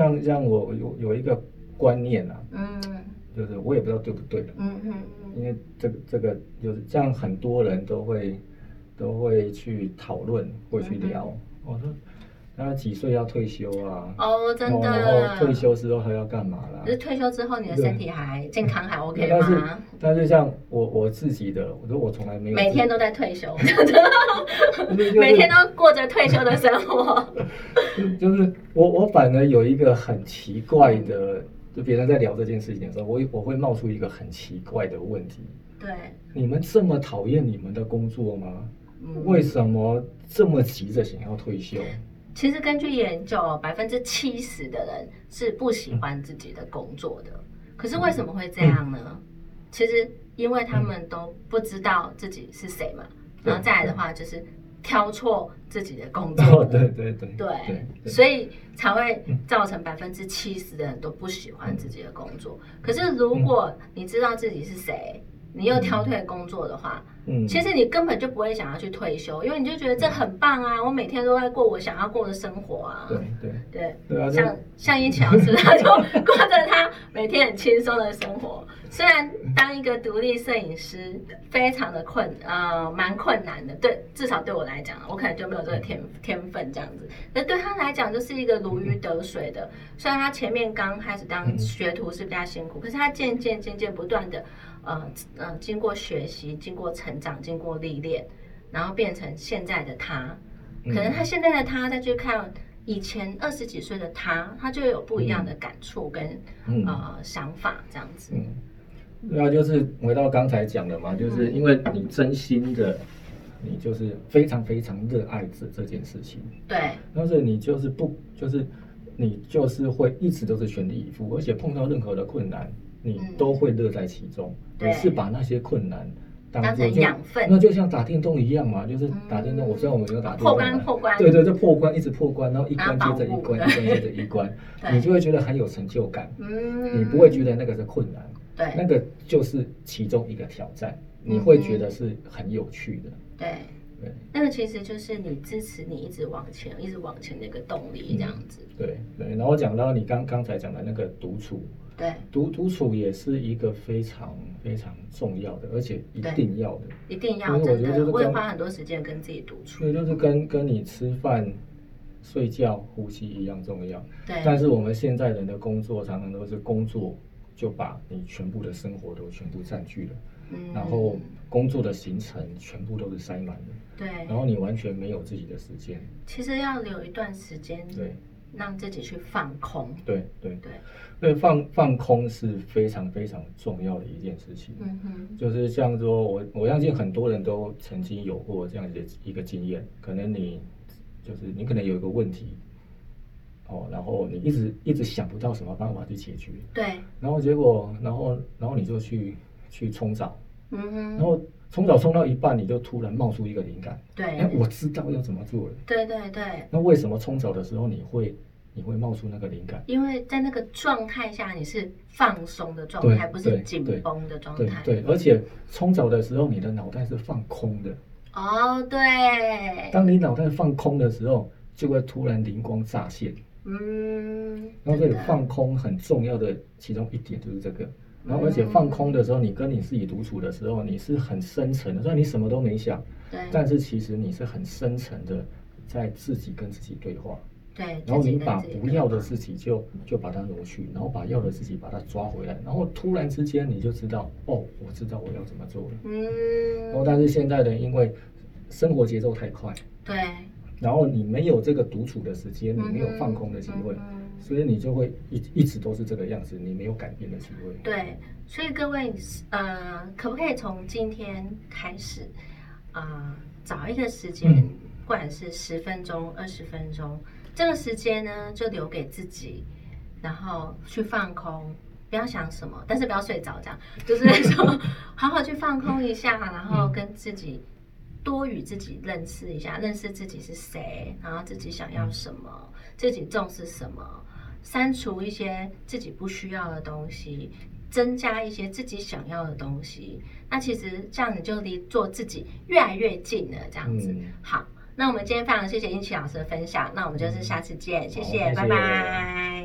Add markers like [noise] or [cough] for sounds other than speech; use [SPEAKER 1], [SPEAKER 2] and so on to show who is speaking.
[SPEAKER 1] 让让我有有一个观念啊，
[SPEAKER 2] 嗯
[SPEAKER 1] 就是我也不知道对不对啊，
[SPEAKER 2] 嗯嗯嗯
[SPEAKER 1] 因为这个这个就是这样，很多人都会都会去讨论，会去聊。我说，那几岁要退休啊？
[SPEAKER 2] 哦，真的。
[SPEAKER 1] 然后退休之后还要干嘛啦
[SPEAKER 2] 可？是退休之后，你的身体还健康还 OK
[SPEAKER 1] 但是
[SPEAKER 2] 吗？
[SPEAKER 1] 但是像我我自己的，我说我从来没有
[SPEAKER 2] 每天
[SPEAKER 1] 都
[SPEAKER 2] 都在退休，
[SPEAKER 1] 就是
[SPEAKER 2] [laughs] 每天都过着退休的生
[SPEAKER 1] [laughs]
[SPEAKER 2] 活。
[SPEAKER 1] 就是我我反而有一个很奇怪的，就别人在聊这件事情的时候，我我会冒出一个很奇怪的问题：
[SPEAKER 2] 对，
[SPEAKER 1] 你们这么讨厌你们的工作吗？
[SPEAKER 2] 嗯
[SPEAKER 1] 为什么这么急着想要退休？
[SPEAKER 2] 其实根据研究，百分之七十的人是不喜欢自己的工作的。可是为什么会这样呢？其实因为他们都不知道自己是谁嘛。
[SPEAKER 1] 对
[SPEAKER 2] 然后再来的话，就是挑错自己的工
[SPEAKER 1] 哦，
[SPEAKER 2] 作。
[SPEAKER 1] 对对对
[SPEAKER 2] 对，
[SPEAKER 1] 对
[SPEAKER 2] 所以才会造成百分之七十的人都不喜欢自己的工作。
[SPEAKER 1] 嗯
[SPEAKER 2] 可是如果你知道自己是谁，你又挑退工作的话，
[SPEAKER 1] 嗯，
[SPEAKER 2] 其实你根本就不会想要去退休，因为你就觉得这很棒啊，我每天都在过我想要过的生活啊。
[SPEAKER 1] 对对
[SPEAKER 2] 对，
[SPEAKER 1] 对啊，就
[SPEAKER 2] 像像殷琦老
[SPEAKER 1] [laughs]
[SPEAKER 2] 师，他就过着他每天很轻松的生活。虽然当一个独立摄影师非常的困，呃，蛮困难的，对，至少对我来讲，我可能就没有这个天天分这样子。那对他来讲，就是一个如鱼得水的。虽然他前面刚开始当
[SPEAKER 1] 嗯
[SPEAKER 2] 学徒是比较辛苦，可是他渐渐渐渐不断的，呃呃，经过学习，经过成长，经过历练，然后变成现在的他。
[SPEAKER 1] 嗯
[SPEAKER 2] 可能他现在的他再去看以前二十几岁的他，他就有不一样的感触跟、
[SPEAKER 1] 嗯
[SPEAKER 2] 呃想法这样子。
[SPEAKER 1] 嗯，对啊，就是回到刚才讲的嘛，
[SPEAKER 2] 嗯
[SPEAKER 1] 就是因为你真心的，你就是非常非常热爱这这件事情，
[SPEAKER 2] 对，
[SPEAKER 1] 但是你就是不就是你就是会一直都是全力以赴，而且碰到任何的困难，你
[SPEAKER 2] 嗯
[SPEAKER 1] 都会乐在其中，
[SPEAKER 2] 对
[SPEAKER 1] 你是把那些困难。
[SPEAKER 2] 当
[SPEAKER 1] 作
[SPEAKER 2] 成
[SPEAKER 1] 就
[SPEAKER 2] 养分
[SPEAKER 1] 那就像打电动一样嘛，就是打电动。
[SPEAKER 2] 嗯
[SPEAKER 1] 我虽然我没有打电
[SPEAKER 2] 破
[SPEAKER 1] 动
[SPEAKER 2] 关
[SPEAKER 1] 嘛，
[SPEAKER 2] 破关，
[SPEAKER 1] 对对，就破关，一直破关，然后一
[SPEAKER 2] 拿
[SPEAKER 1] 关
[SPEAKER 2] 宝
[SPEAKER 1] 接着一
[SPEAKER 2] 物
[SPEAKER 1] 关，一
[SPEAKER 2] 对
[SPEAKER 1] 关接着一关，
[SPEAKER 2] [laughs] 对
[SPEAKER 1] 你就会觉得很有成就感，
[SPEAKER 2] 嗯
[SPEAKER 1] 你不会觉得那个是困难，那
[SPEAKER 2] 对嗯
[SPEAKER 1] 个就是其中一个挑战，你会觉得是很有趣的。
[SPEAKER 2] 对，
[SPEAKER 1] 对
[SPEAKER 2] 那个其实就是你支持你一直往前、一直往前的一个动力
[SPEAKER 1] 嗯
[SPEAKER 2] 这样子。
[SPEAKER 1] 对对，然后讲到你刚刚才讲的那个独处，
[SPEAKER 2] 对，
[SPEAKER 1] 独独处也是一个非常非常重要的，而且一
[SPEAKER 2] 对
[SPEAKER 1] 定要的。
[SPEAKER 2] 一定要
[SPEAKER 1] 因为我
[SPEAKER 2] 真
[SPEAKER 1] 觉得这
[SPEAKER 2] 的，
[SPEAKER 1] 个
[SPEAKER 2] 我也
[SPEAKER 1] 跟
[SPEAKER 2] 花很多时间跟自己独处。
[SPEAKER 1] 所以就是跟跟你吃饭、睡觉、呼吸一样重要。
[SPEAKER 2] 对，
[SPEAKER 1] 但是我们现在人的工作常常都是工作就把你全部的生活都全部占据了，
[SPEAKER 2] 嗯
[SPEAKER 1] 然后工作的行程全部都是塞满了，
[SPEAKER 2] 对，
[SPEAKER 1] 然后你完全没有自己的时间。
[SPEAKER 2] 其实要留一段时间，
[SPEAKER 1] 对，
[SPEAKER 2] 让自己去放空。
[SPEAKER 1] 对对
[SPEAKER 2] 对，
[SPEAKER 1] 所以放放空是非常非常重要的一件事情。
[SPEAKER 2] 嗯哼，
[SPEAKER 1] 就是像说我我相信很多人都曾经有过这样的一个经验，可能你就是你可能有一个问题，哦，然后你一直一直想不到什么办法去解决，
[SPEAKER 2] 对，
[SPEAKER 1] 然后结果然后然后你就去去冲澡，
[SPEAKER 2] 嗯哼，
[SPEAKER 1] 然后冲澡冲到一半，你就突然冒出一个灵感，哎，
[SPEAKER 2] 对，
[SPEAKER 1] 我知道要怎么做了。
[SPEAKER 2] 对对对，
[SPEAKER 1] 那为什么冲澡的时候你会你会冒出那个灵感？
[SPEAKER 2] 因为在那个状态下你是放松的状态，
[SPEAKER 1] 对
[SPEAKER 2] 不是
[SPEAKER 1] 对
[SPEAKER 2] 紧
[SPEAKER 1] 对
[SPEAKER 2] 绷的状
[SPEAKER 1] 对
[SPEAKER 2] 态。
[SPEAKER 1] 对，而且冲澡的时候，你的脑袋是放空的。
[SPEAKER 2] 哦，对，
[SPEAKER 1] 当你脑袋放空的时候，就会突然灵光乍现。
[SPEAKER 2] 嗯，
[SPEAKER 1] 然后所以
[SPEAKER 2] 真的
[SPEAKER 1] 放空很重要的其中一点就是这个。然后
[SPEAKER 2] 嗯
[SPEAKER 1] 而且放空的时候，你跟你自己独处的时候，你是很深沉的，虽然你什么都没想，
[SPEAKER 2] 对
[SPEAKER 1] 但是其实你是很深沉的，在自己跟自己对话。
[SPEAKER 2] 对，
[SPEAKER 1] 然后
[SPEAKER 2] 自己
[SPEAKER 1] 你
[SPEAKER 2] 跟
[SPEAKER 1] 把
[SPEAKER 2] 自己
[SPEAKER 1] 不
[SPEAKER 2] 对
[SPEAKER 1] 要
[SPEAKER 2] 话
[SPEAKER 1] 的自己就就把它挪去，然后把要的自己把它抓回来，然后突然之间你就知道，哦，我知道我要怎么做了。然后
[SPEAKER 2] 嗯，
[SPEAKER 1] 但是现代人因为生活节奏太快，
[SPEAKER 2] 对，
[SPEAKER 1] 然后你没有这个独处的时间，你没有放空的机会，
[SPEAKER 2] 嗯哼
[SPEAKER 1] 所以你就会一一直都是这个样子，你没有改变的机会。
[SPEAKER 2] 对，所以各位，呃，可不可以从今天开始，啊、找一个时间，
[SPEAKER 1] 嗯
[SPEAKER 2] 不管是十分钟、二十分钟，这个时间呢就留给自己，然后去放空，不要想什么，但是不要睡着，这样就是 [laughs] 说好好去放空一下，然后跟自己。多与自己认识一下，认识自己是谁，然后自己想要什么，自己重视什么，删除一些自己不需要的东西，增加一些自己想要的东西。那其实这样你就离做自己越来越近了，这样子。
[SPEAKER 1] 嗯
[SPEAKER 2] 好，那我们今天非常谢谢殷琦老师的分享，那我们就是下次见，谢
[SPEAKER 1] 好
[SPEAKER 2] 谢，
[SPEAKER 1] 谢谢
[SPEAKER 2] 拜拜。